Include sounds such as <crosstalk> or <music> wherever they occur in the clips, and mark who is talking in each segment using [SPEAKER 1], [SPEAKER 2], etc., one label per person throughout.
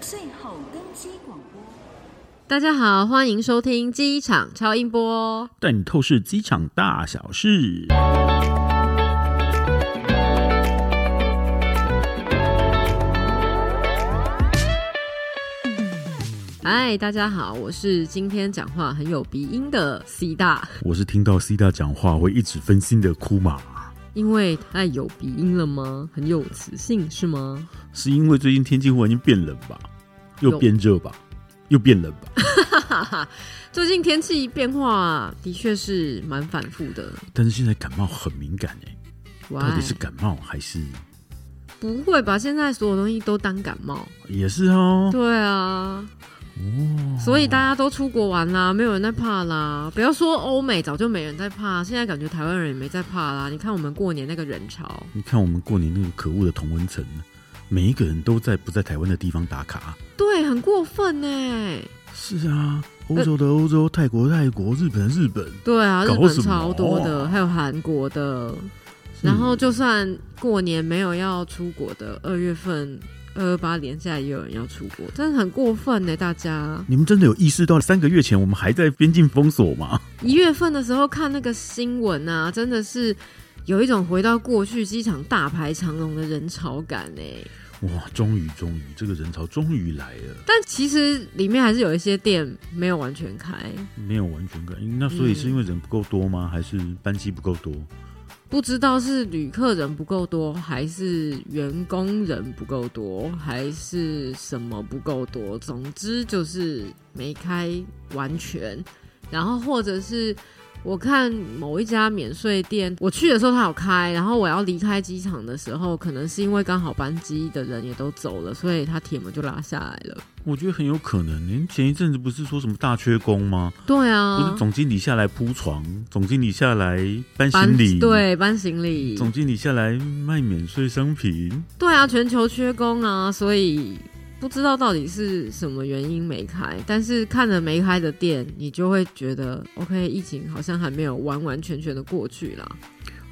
[SPEAKER 1] 最后更新广播。
[SPEAKER 2] 大家好，欢迎收听机场超音波。
[SPEAKER 3] 带你透视机场大小事。
[SPEAKER 2] 嗨，大家好，我是今天讲话很有鼻音的 C 大，
[SPEAKER 3] 我是听到 C 大讲话会一直分心的哭嘛，
[SPEAKER 2] 因为太有鼻音了吗？很有磁性是吗？
[SPEAKER 3] 是因为最近天气忽然间变冷吧，又变热吧，又变冷吧。
[SPEAKER 2] 哈哈，最近天气变化的确是蛮反复的。
[SPEAKER 3] 但是现在感冒很敏感哎、
[SPEAKER 2] 哇
[SPEAKER 3] 到底，是感冒还是
[SPEAKER 2] 不会吧？现在所有东西都当感冒。
[SPEAKER 3] 也是哦？
[SPEAKER 2] 对啊。所以大家都出国玩啦，没有人在怕啦。不要说欧美早就没人在怕，现在感觉台湾人也没在怕啦。你看我们过年那个人潮，
[SPEAKER 3] 你看我们过年那个可恶的同温层，每一个人都在不在台湾的地方打卡。
[SPEAKER 2] 对，很过分欸呢。
[SPEAKER 3] 是啊，欧洲的欧洲，泰国的泰国，日本的日本。
[SPEAKER 2] 对啊，日
[SPEAKER 3] 搞
[SPEAKER 2] 本
[SPEAKER 3] 什么
[SPEAKER 2] 超多的，
[SPEAKER 3] 啊
[SPEAKER 2] 还有韩国的。然后就算过年没有要出国的，二月份二二八连假也有人要出国，真的很过分欸呢！大家
[SPEAKER 3] 你们真的有意识到三个月前我们还在边境封锁吗？
[SPEAKER 2] 一月份的时候看那个新闻啊，真的是有一种回到过去机场大排长龙的人潮感欸呢。
[SPEAKER 3] 哇，终于终于，这个人潮终于来了。
[SPEAKER 2] 但其实里面还是有一些店没有完全开，
[SPEAKER 3] 没有完全感，那所以是因为人不够多
[SPEAKER 2] 嗯
[SPEAKER 3] 吗？还是班机不够多？
[SPEAKER 2] 不知道是旅客人不够多，还是员工人不够多，还是什么不够多。总之就是没开完全，然后或者是我看某一家免税店，我去的时候它有开，然后我要离开机场的时候，可能是因为刚好班机的人也都走了，所以他铁门就拉下来了。
[SPEAKER 3] 我觉得很有可能。您前一阵子不是说什么大缺工吗？
[SPEAKER 2] 对
[SPEAKER 3] 不
[SPEAKER 2] 啊
[SPEAKER 3] 是，总经理下来铺床，总经理下来搬
[SPEAKER 2] 搬
[SPEAKER 3] 行李，，
[SPEAKER 2] 对搬行李，
[SPEAKER 3] 总经理下来卖免税商品。
[SPEAKER 2] 对啊，全球缺工啊，所以不知道到底是什么原因没开。但是看着没开的店，你就会觉得，OK，疫情好像还没有完完全全的过去啦。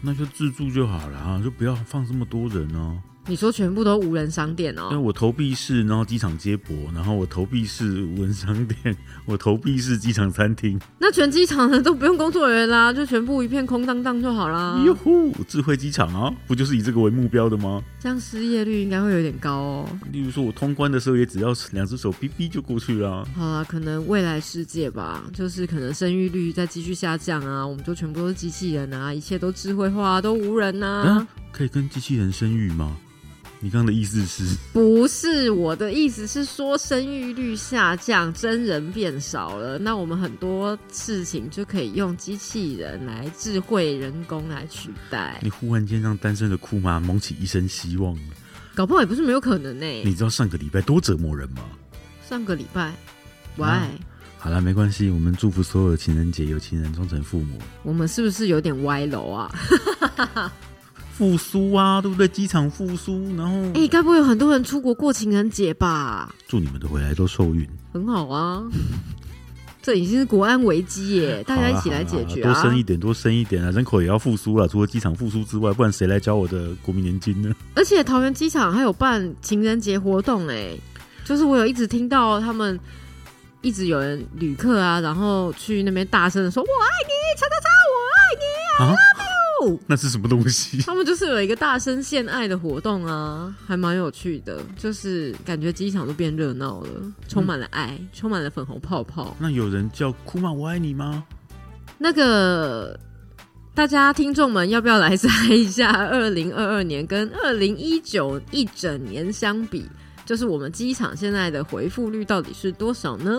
[SPEAKER 3] 那就自助就好了啊，就不要放这么多人哦、
[SPEAKER 2] 你说全部都无人商店
[SPEAKER 3] 那
[SPEAKER 2] 哦？
[SPEAKER 3] 我投币式，然后机场接驳，然后我投币式无人商店，我投币式机场餐厅。
[SPEAKER 2] 那全机场的都不用工作人员啦，就全部一片空荡荡就好啦。
[SPEAKER 3] 哟呼，智慧机场啊，不就是以这个为目标的吗？
[SPEAKER 2] 这样失业率应该会有点高哦。
[SPEAKER 3] 例如说，我通关的时候也只要两只手哔哔就过去了啊、
[SPEAKER 2] 好啦，可能未来世界吧，就是可能生育率再继续下降啊，我们就全部都是机器人啊，一切都智慧化、都无人呐、
[SPEAKER 3] 啊，可以跟机器人生育吗？你刚刚的意思是，
[SPEAKER 2] 不是我的意思是说生育率下降，真人变少了，那我们很多事情就可以用机器人来智慧人工来取代，
[SPEAKER 3] 你忽然间让单身的库妈萌起一身希望了。
[SPEAKER 2] 搞不好也不是没有可能呢、
[SPEAKER 3] 你知道上个礼拜多折磨人吗？
[SPEAKER 2] 上个礼拜喂，
[SPEAKER 3] 啊好啦，没关系，我们祝福所有的情人节有情人终成父母，
[SPEAKER 2] 我们是不是有点歪楼啊？
[SPEAKER 3] 复苏啊，对不对？机场复苏，然后、
[SPEAKER 2] 哎、该不会有很多人出国过情人节 <laughs> 吧？
[SPEAKER 3] 祝你们的回来都受孕，
[SPEAKER 2] 很好啊，这已经是国安危机耶，大家一起来解决
[SPEAKER 3] 好啦好啦好啦
[SPEAKER 2] 啊！
[SPEAKER 3] 多生一点，多生一点啊，人口也要复苏了。除了机场复苏之外，不然谁来交我的国民年金呢？ <laughs>
[SPEAKER 2] 而且桃园机场还有办情人节活动哎、就是我有一直听到他们一直有人旅客啊，然后去那边大声的说“我爱你，叉叉叉，我爱
[SPEAKER 3] 啊，
[SPEAKER 2] 你哦
[SPEAKER 3] 那是什么东”，西？
[SPEAKER 2] 他们就是有一个大声献爱的活动啊，还蛮有趣的，就是感觉机场都变热闹了，充满了爱，充满了粉红泡泡。
[SPEAKER 3] 那有人叫库妈我爱你吗？
[SPEAKER 2] 那个大家听众们，要不要来猜一下 <laughs> 二零二二年跟二零一九一整年相比，就是我们机场现在的回复率到底是多少呢？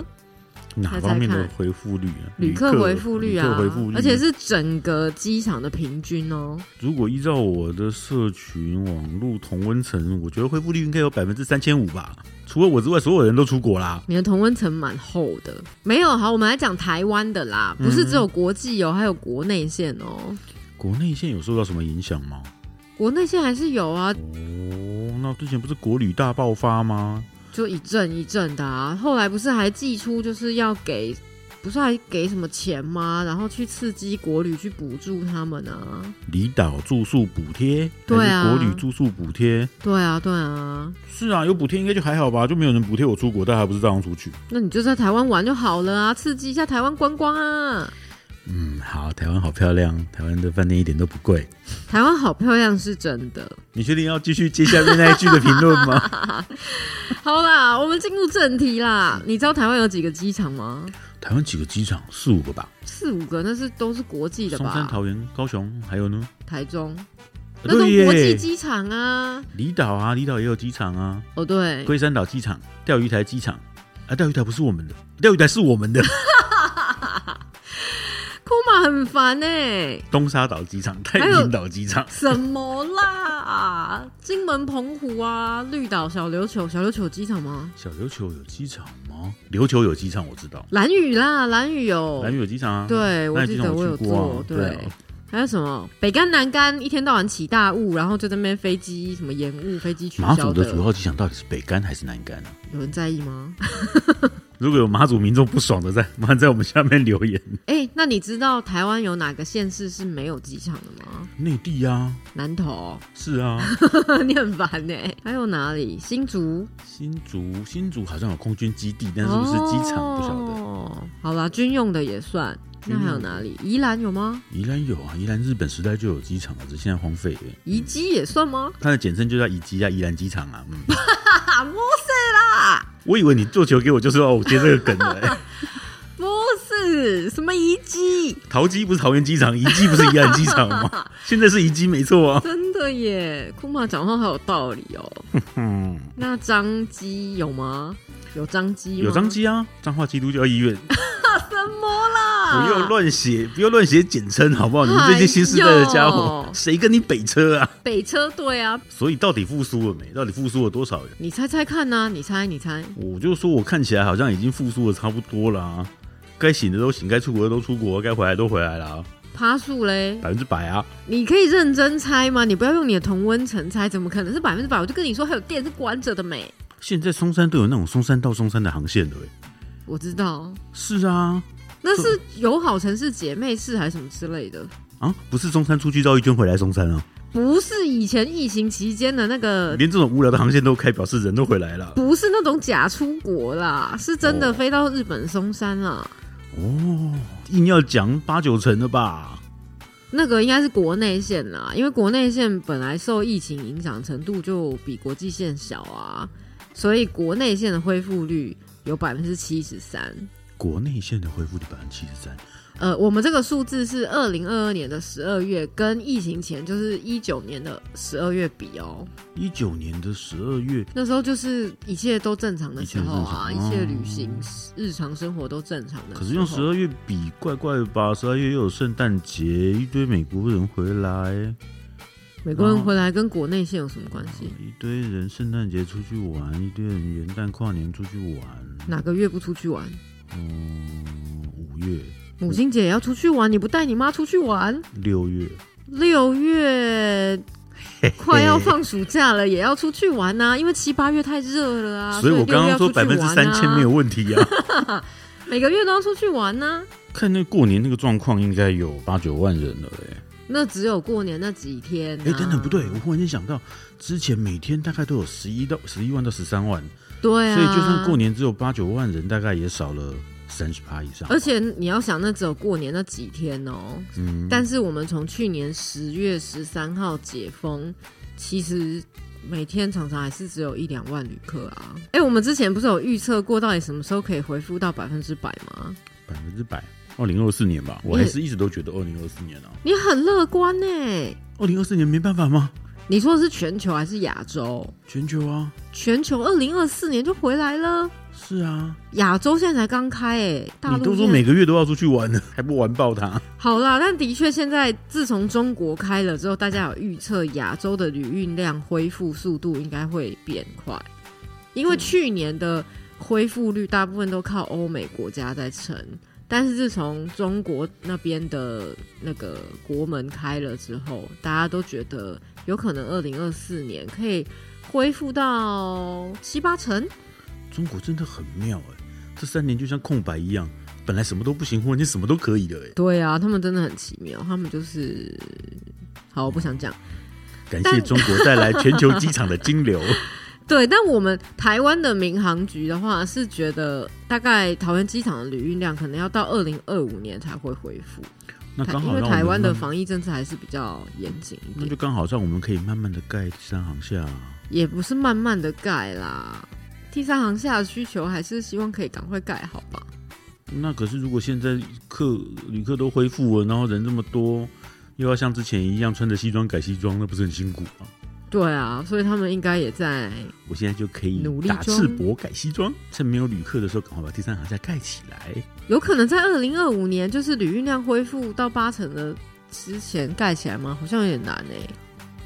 [SPEAKER 3] 哪方面的回复率啊？
[SPEAKER 2] 旅客回复率啊，
[SPEAKER 3] 旅客回复率，
[SPEAKER 2] 而且是整个机场的平均哦。
[SPEAKER 3] 如果依照我的社群网络同温层，我觉得回复率应该有百分之三千五吧。除了我之外，所有人都出国啦。
[SPEAKER 2] 你的同温层蛮厚的，没有好，我们来讲台湾的啦，不
[SPEAKER 3] 嗯
[SPEAKER 2] 是只有国际哦，还有国内线哦。
[SPEAKER 3] 国内线有受到什么影响吗？
[SPEAKER 2] 国内线还是有啊，
[SPEAKER 3] 哦，那之前不是国旅大爆发吗？
[SPEAKER 2] 就一阵一阵的啊。后来不是还寄出就是要给不是还给什么钱吗？然后去刺激国旅去补助他们啊？
[SPEAKER 3] 离岛住宿补贴，
[SPEAKER 2] 对啊
[SPEAKER 3] 还是国旅住宿补贴，
[SPEAKER 2] 对啊，对啊，
[SPEAKER 3] 是啊，有补贴应该就还好吧，就没有人补贴我出国，但还不是照样出去。
[SPEAKER 2] 那你就在台湾玩就好了啊，刺激一下台湾观光啊。
[SPEAKER 3] 嗯，好，台湾好漂亮，台湾的饭店一点都不贵。
[SPEAKER 2] 台湾好漂亮是真的。
[SPEAKER 3] 你确定要继续接下面那一句的评论吗？
[SPEAKER 2] 好啦，我们进入正题啦。你知道台湾有几个机场吗？
[SPEAKER 3] 台湾几个机场，四五个吧，
[SPEAKER 2] 四五个，那是都是国际的
[SPEAKER 3] 松山、
[SPEAKER 2] 吧？
[SPEAKER 3] 桃园、高雄，还有呢？
[SPEAKER 2] 台中，
[SPEAKER 3] 啊
[SPEAKER 2] 那都
[SPEAKER 3] 对
[SPEAKER 2] 国际
[SPEAKER 3] 耶，
[SPEAKER 2] 机场啊。
[SPEAKER 3] 离岛啊，离岛也有机场啊，
[SPEAKER 2] 哦，对，
[SPEAKER 3] 龟山岛机场、钓鱼台机场啊，钓鱼台不是我们的，钓鱼台是我们的 <laughs>
[SPEAKER 2] 库马很烦欸呢、
[SPEAKER 3] 东沙岛机场、太
[SPEAKER 2] 还有
[SPEAKER 3] 平岛机场。
[SPEAKER 2] 什么啦？金门、澎湖啊，绿岛、小琉球，小琉球有机场吗？
[SPEAKER 3] 小琉球有机场吗？琉球有机场，我知道，
[SPEAKER 2] 蓝屿啦，蓝屿有，
[SPEAKER 3] 蓝屿有机场啊。
[SPEAKER 2] 哦对我
[SPEAKER 3] 蓝屿
[SPEAKER 2] 记
[SPEAKER 3] 机
[SPEAKER 2] 得
[SPEAKER 3] 场
[SPEAKER 2] 我有
[SPEAKER 3] 去过
[SPEAKER 2] 坐
[SPEAKER 3] 啊。
[SPEAKER 2] 对
[SPEAKER 3] 啊
[SPEAKER 2] 还有什么北干、南干，一天到晚起大雾，然后就在那边飞机什么延误，飞机取
[SPEAKER 3] 马
[SPEAKER 2] 消
[SPEAKER 3] 祖的主要机场到底是北干还是南干呢、啊
[SPEAKER 2] 有人在意吗？
[SPEAKER 3] 如果有马祖民众不爽的在， <laughs> 麻烦在我们下面留言。
[SPEAKER 2] 哎、那你知道台湾有哪个县市是没有机场的吗？
[SPEAKER 3] 内地啊，
[SPEAKER 2] 南投， <laughs>
[SPEAKER 3] 是啊，
[SPEAKER 2] 你很烦呢、还有哪里？新竹，
[SPEAKER 3] 新竹新竹好像有空军基地，但是不是机场不晓得。
[SPEAKER 2] 哦，好啦，军用的也算。那还有哪里？宜兰有吗？
[SPEAKER 3] 宜兰有啊，宜兰日本时代就有机场了，只是现在荒废了。
[SPEAKER 2] 宜基也算吗？
[SPEAKER 3] 它的简称就叫宜机啊，宜兰机场啊。嗯，
[SPEAKER 2] 啊，不是啦，
[SPEAKER 3] 我以为你做球给我就是哦，我接这个梗了、欸。
[SPEAKER 2] 不是什么宜基，
[SPEAKER 3] 桃机不是桃园机场，宜机不是宜兰机场吗？现在是宜机没错啊。
[SPEAKER 2] 真的耶！库玛讲话好有道理哦。
[SPEAKER 3] 嗯，
[SPEAKER 2] 那张基有吗？有张基吗？
[SPEAKER 3] 有张机啊，彰化基督教医院，
[SPEAKER 2] 什么啦？
[SPEAKER 3] 不要乱写，不要乱写简称好不好？你们这些新时代的家伙
[SPEAKER 2] 哎，呦
[SPEAKER 3] 谁跟你北车啊？
[SPEAKER 2] 北车队啊！
[SPEAKER 3] 所以到底复苏了没？到底复苏了多少人？
[SPEAKER 2] 你猜猜看呐、你猜，你猜。
[SPEAKER 3] 我就说我看起来好像已经复苏的差不多啦、该醒的都醒，该出国的都出国，该回来都回来啦、
[SPEAKER 2] 趴数嘞，
[SPEAKER 3] 百分之百啊！
[SPEAKER 2] 你可以认真猜吗？你不要用你的同温层猜，怎么可能是百分之百？我就跟你说，还有店是关着的没？
[SPEAKER 3] 现在松山都有那种松山到松山的航线了、欸，
[SPEAKER 2] 我知道，
[SPEAKER 3] 是啊，
[SPEAKER 2] 那是友好城市姐妹市还是什么之类的，
[SPEAKER 3] 啊，不是中山出去绕一圈回来松山啊，
[SPEAKER 2] 不是以前疫情期间的那个，
[SPEAKER 3] 连这种无聊的航线都开，表示人都回来了。
[SPEAKER 2] 不是那种假出国啦，是真的
[SPEAKER 3] 哦
[SPEAKER 2] 飞到日本松山啊啦。
[SPEAKER 3] 哦，硬要讲八九成的吧？
[SPEAKER 2] 那个应该是国内线啦，因为国内线本来受疫情影响程度就比国际线小啊，所以国内线的恢复率有百分之七十三。
[SPEAKER 3] 国内线的恢复率百分之七十三，
[SPEAKER 2] 呃，我们这个数字是二零二二年的十二月，跟疫情前就是一九年的十二月比哦。
[SPEAKER 3] 一九年的十二月，
[SPEAKER 2] 那时候就是一切都正常的时候啊，
[SPEAKER 3] 一
[SPEAKER 2] 一
[SPEAKER 3] 切都正常
[SPEAKER 2] 切
[SPEAKER 3] 哦
[SPEAKER 2] 旅行、日常生活都正常的时候。
[SPEAKER 3] 可是用十二月比怪怪的吧？十二月又有圣诞节，一堆美国人回来，
[SPEAKER 2] 美国人回来跟国内线有什么关系？
[SPEAKER 3] 哦一堆人圣诞节出去玩，一堆人元旦跨年出去玩。
[SPEAKER 2] 哪个月不出去玩？
[SPEAKER 3] 嗯，五月、
[SPEAKER 2] 母亲节也要出去玩，你不带你妈出去玩？
[SPEAKER 3] 六月，
[SPEAKER 2] 六月快要放暑假了，也要出去玩呐、因为七八月太热了啊。
[SPEAKER 3] 所以我
[SPEAKER 2] 六
[SPEAKER 3] 刚
[SPEAKER 2] 月要
[SPEAKER 3] 刚说
[SPEAKER 2] 出去
[SPEAKER 3] 百分之
[SPEAKER 2] 玩
[SPEAKER 3] 三千
[SPEAKER 2] 啊
[SPEAKER 3] 没有问题
[SPEAKER 2] <laughs>
[SPEAKER 3] 啊。
[SPEAKER 2] 每个月都要出去玩啊呐、
[SPEAKER 3] 看那过年那个状况，应该有八九万人了
[SPEAKER 2] 啊
[SPEAKER 3] 哎、
[SPEAKER 2] 那只有过年那几天、啊。
[SPEAKER 3] 哎、等等，不对，我忽然间想到，之前每天大概都有十一到十一万到十三万，
[SPEAKER 2] 对啊，
[SPEAKER 3] 所以就算过。年只有八九万人，大概也少了三十趴以上吧。
[SPEAKER 2] 而且你要想，那只有过年那几天哦。
[SPEAKER 3] 嗯，
[SPEAKER 2] 但是我们从去年十月十三号解封，其实每天常常还是只有一两万旅客啊。哎、我们之前不是有预测过，到底什么时候可以恢复到百分之百吗？
[SPEAKER 3] 百分之百，二零二四年吧，我还是一直都觉得二零二四年啊，
[SPEAKER 2] 你很乐观呢、
[SPEAKER 3] 二零二四年没办法吗？
[SPEAKER 2] 你说的是全球还是亚洲？
[SPEAKER 3] 全球啊，
[SPEAKER 2] 全球二零二四年就回来了，
[SPEAKER 3] 是啊，
[SPEAKER 2] 亚洲现在才刚开哎、大陆
[SPEAKER 3] 你都说
[SPEAKER 2] 现在
[SPEAKER 3] 每个月都要出去玩 <laughs> 呢，还不玩爆它？
[SPEAKER 2] 好啦，但的确，现在自从中国开了之后，大家有预测亚洲的旅运量恢复速度应该会变快，因为去年的恢复率大部分都靠欧美国家在撑，但是自从中国那边的那个国门开了之后，大家都觉得有可能二零二四年可以恢复到七八成。
[SPEAKER 3] 欸中国真的很妙哎、这三年就像空白一样，本来什么都不行，忽然间什么都可以了、哎，
[SPEAKER 2] 对啊，他们真的很奇妙，他们就是好，我不想讲。
[SPEAKER 3] 感谢中国带来全球机场的金
[SPEAKER 2] <laughs>
[SPEAKER 3] 流。
[SPEAKER 2] 对，但我们台湾的民航局的话是觉得，大概桃园机场的旅运量可能要到二零二五年才会恢复，
[SPEAKER 3] 那
[SPEAKER 2] 台
[SPEAKER 3] 刚好
[SPEAKER 2] 因为
[SPEAKER 3] 让
[SPEAKER 2] 台
[SPEAKER 3] 我们
[SPEAKER 2] 湾的
[SPEAKER 3] 慢慢
[SPEAKER 2] 防疫政策还是比较严谨一
[SPEAKER 3] 那
[SPEAKER 2] 点
[SPEAKER 3] 就，刚好让我们可以慢慢的盖第三航厦、啊。
[SPEAKER 2] 也不是慢慢的盖啦。第三航下的需求还是希望可以赶快盖好吧？
[SPEAKER 3] 那可是如果现在客旅客都恢复了，然后人这么多，又要像之前一样穿着西装改西装，那不是很辛苦吗？
[SPEAKER 2] 对啊，所以他们应该也在
[SPEAKER 3] 我现在就可以
[SPEAKER 2] 努力
[SPEAKER 3] 打
[SPEAKER 2] 中
[SPEAKER 3] 赤膊改西装，趁没有旅客的时候，赶快把第三航厦盖起来。
[SPEAKER 2] 有可能在二零二五年，就是旅运量恢复到八成的之前盖起来吗？好像有点难哎、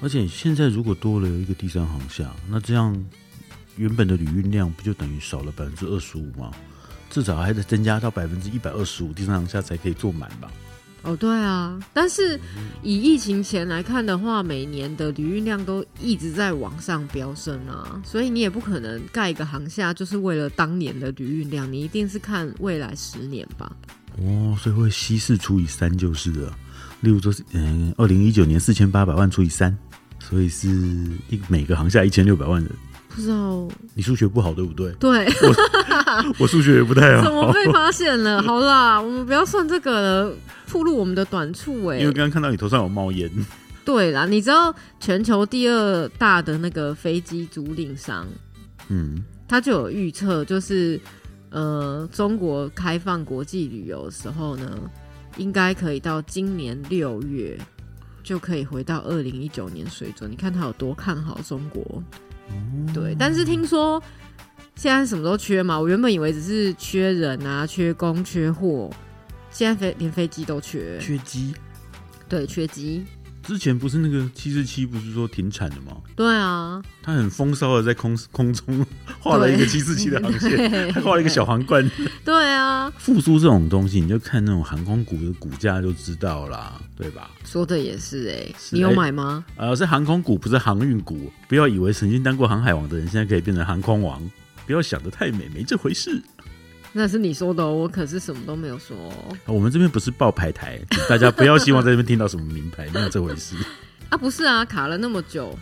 [SPEAKER 3] 而且现在如果多了一个第三航厦，那这样原本的旅运量不就等于少了百分之二十五吗？至少还得增加到百分之一百二十五，第三航厦才可以坐满吧？
[SPEAKER 2] 哦，对啊，但是以疫情前来看的话，每年的旅运量都一直在往上飙升啊，所以你也不可能盖一个航厦就是为了当年的旅运量，你一定是看未来十年吧。
[SPEAKER 3] 哦，所以会稀释除以三就是了。例如说是，嗯，二零一九年四千八百万除以三，所以是一每个航厦一千六百万人。
[SPEAKER 2] 不知道，？
[SPEAKER 3] 你数学不好对不对啊
[SPEAKER 2] 对，
[SPEAKER 3] <laughs> 我数学也不太
[SPEAKER 2] <laughs> 怎么
[SPEAKER 3] 好，
[SPEAKER 2] 被发现了？好啦，我们不要算这个了，暴露我们的短处哎、
[SPEAKER 3] 因为刚刚看到你头上有冒烟。
[SPEAKER 2] 对啦，你知道全球第二大的那个飞机租赁商，
[SPEAKER 3] 嗯，
[SPEAKER 2] 他就有预测，就是呃，中国开放国际旅游的时候呢，应该可以到今年六月就可以回到二零一九年水准。你看他有多看好中国？
[SPEAKER 3] 嗯
[SPEAKER 2] 对，但是听说现在什么都缺嘛，我原本以为只是缺人啊、缺工、缺货，现在飞连飞机都缺，
[SPEAKER 3] 缺机。
[SPEAKER 2] 对，缺机。
[SPEAKER 3] 之前不是那个七四七不是说停产了吗？
[SPEAKER 2] 对啊，
[SPEAKER 3] 他很风骚的在空空中 <laughs> 画了一个七四七的航
[SPEAKER 2] <laughs>
[SPEAKER 3] 线， <laughs> 还画了一个小皇冠。
[SPEAKER 2] 对啊，
[SPEAKER 3] 复苏这种东西，你就看那种航空股的股价就知道啦，对吧？
[SPEAKER 2] 说的也是哎、
[SPEAKER 3] 是
[SPEAKER 2] 你有
[SPEAKER 3] 哎
[SPEAKER 2] 买吗？
[SPEAKER 3] 呃，是航空股，不是航运股。不要以为曾经当过航海王的人，现在可以变成航空王。不要想得太美，没这回事。
[SPEAKER 2] 那是你说的、哦，我可是什么都没有说、哦。
[SPEAKER 3] 我们这边不是爆牌台，请大家不要希望在这边听到什么名牌，没有这回事。 <laughs>
[SPEAKER 2] 啊，不是啊，卡了那么久，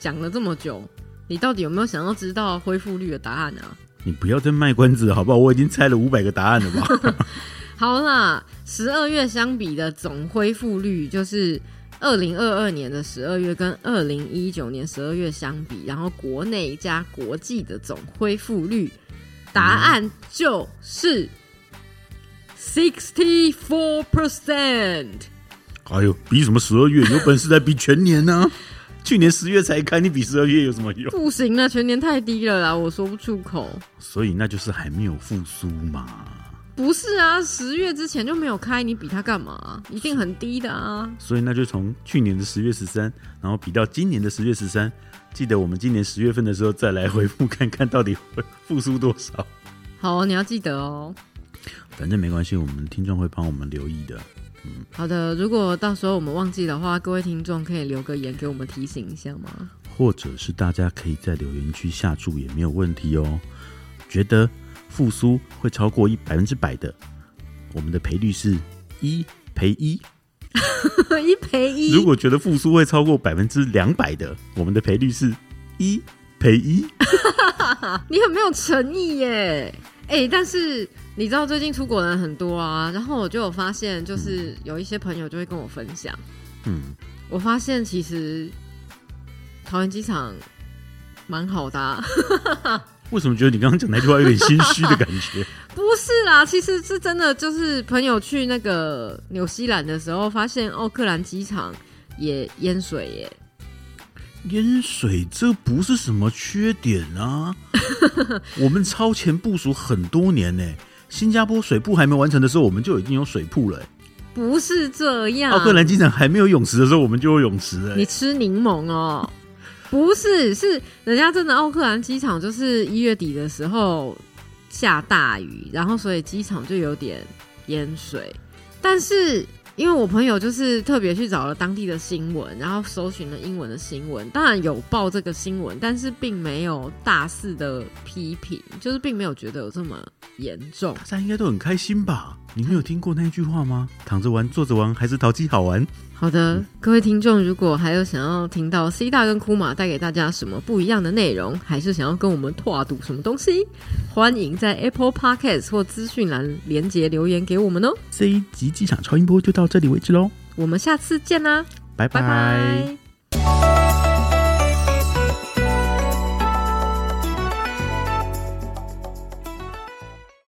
[SPEAKER 2] 讲了这么久，你到底有没有想要知道恢复率的答案啊？
[SPEAKER 3] 你不要再卖关子了好不好？我已经猜了五百个答案了吧？ <laughs>
[SPEAKER 2] 好啦，十二月相比的总恢复率就是二零二二年的十二月跟二零一九年十二月相比，然后国内加国际的总恢复率，答案就是 sixty four percent。
[SPEAKER 3] 哎呦，比什么十二月？有本事再比全年呢、去年十月才开，你比十二月有什么用？
[SPEAKER 2] 不行了，全年太低了啦，我说不出口。
[SPEAKER 3] 所以那就是还没有复苏嘛。
[SPEAKER 2] 不是啊，十月之前就没有开，你比它干嘛？一定很低的啊。
[SPEAKER 3] 所以那就从去年的十月十三，然后比到今年的十月十三。记得我们今年十月份的时候再来回复看看到底会复苏多少。
[SPEAKER 2] 好，你要记得哦。
[SPEAKER 3] 反正没关系，我们听众会帮我们留意的。
[SPEAKER 2] 好的，如果到时候我们忘记的话，各位听众可以留个言给我们提醒一下吗？
[SPEAKER 3] 或者是大家可以在留言区下注也没有问题哦。觉得复苏会超过一百分之百的，我们的赔率是一赔一；
[SPEAKER 2] <laughs> 一赔一，
[SPEAKER 3] 如果觉得复苏会超过百分之两百的，我们的赔率是一赔一。
[SPEAKER 2] 你很没有诚意耶。哎、但是你知道最近出国的人很多啊，然后我就有发现，就是有一些朋友就会跟我分享，
[SPEAKER 3] 嗯，
[SPEAKER 2] 我发现其实桃园机场蛮好的啊、
[SPEAKER 3] 为什么觉得你刚刚讲那句话有点心虚的感
[SPEAKER 2] <laughs>
[SPEAKER 3] 觉？
[SPEAKER 2] 不是啦，其实是真的，就是朋友去那个纽西兰的时候，发现奥克兰机场也淹水耶。
[SPEAKER 3] 淹水这不是什么缺点啊， <laughs> 我们超前部署很多年呢、新加坡水库还没完成的时候，我们就已经有水库了欸、
[SPEAKER 2] 不是这样，
[SPEAKER 3] 奥克兰机场还没有泳池的时候，我们就有泳池了、
[SPEAKER 2] 啊
[SPEAKER 3] 欸
[SPEAKER 2] 你吃柠檬哦？不是，是人家真的奥克兰机场就是一月底的时候下大雨，然后所以机场就有点淹水。但是因为我朋友就是特别去找了当地的新闻，然后搜寻了英文的新闻，当然有报这个新闻，但是并没有大肆的批评，就是并没有觉得有这么严重。
[SPEAKER 3] 大家应该都很开心吧？你们有听过那一句话吗？躺着玩，坐着玩，还是淘气好玩？
[SPEAKER 2] 好的，各位听众，如果还有想要听到 C 大跟库马带给大家什么不一样的内容，还是想要跟我们拓赌什么东西，欢迎在 Apple Podcast 或资讯栏连接留言给我们哦。
[SPEAKER 3] 这一集机场超音波就到这里为止喽，
[SPEAKER 2] 我们下次见啦，拜
[SPEAKER 3] 拜
[SPEAKER 2] 拜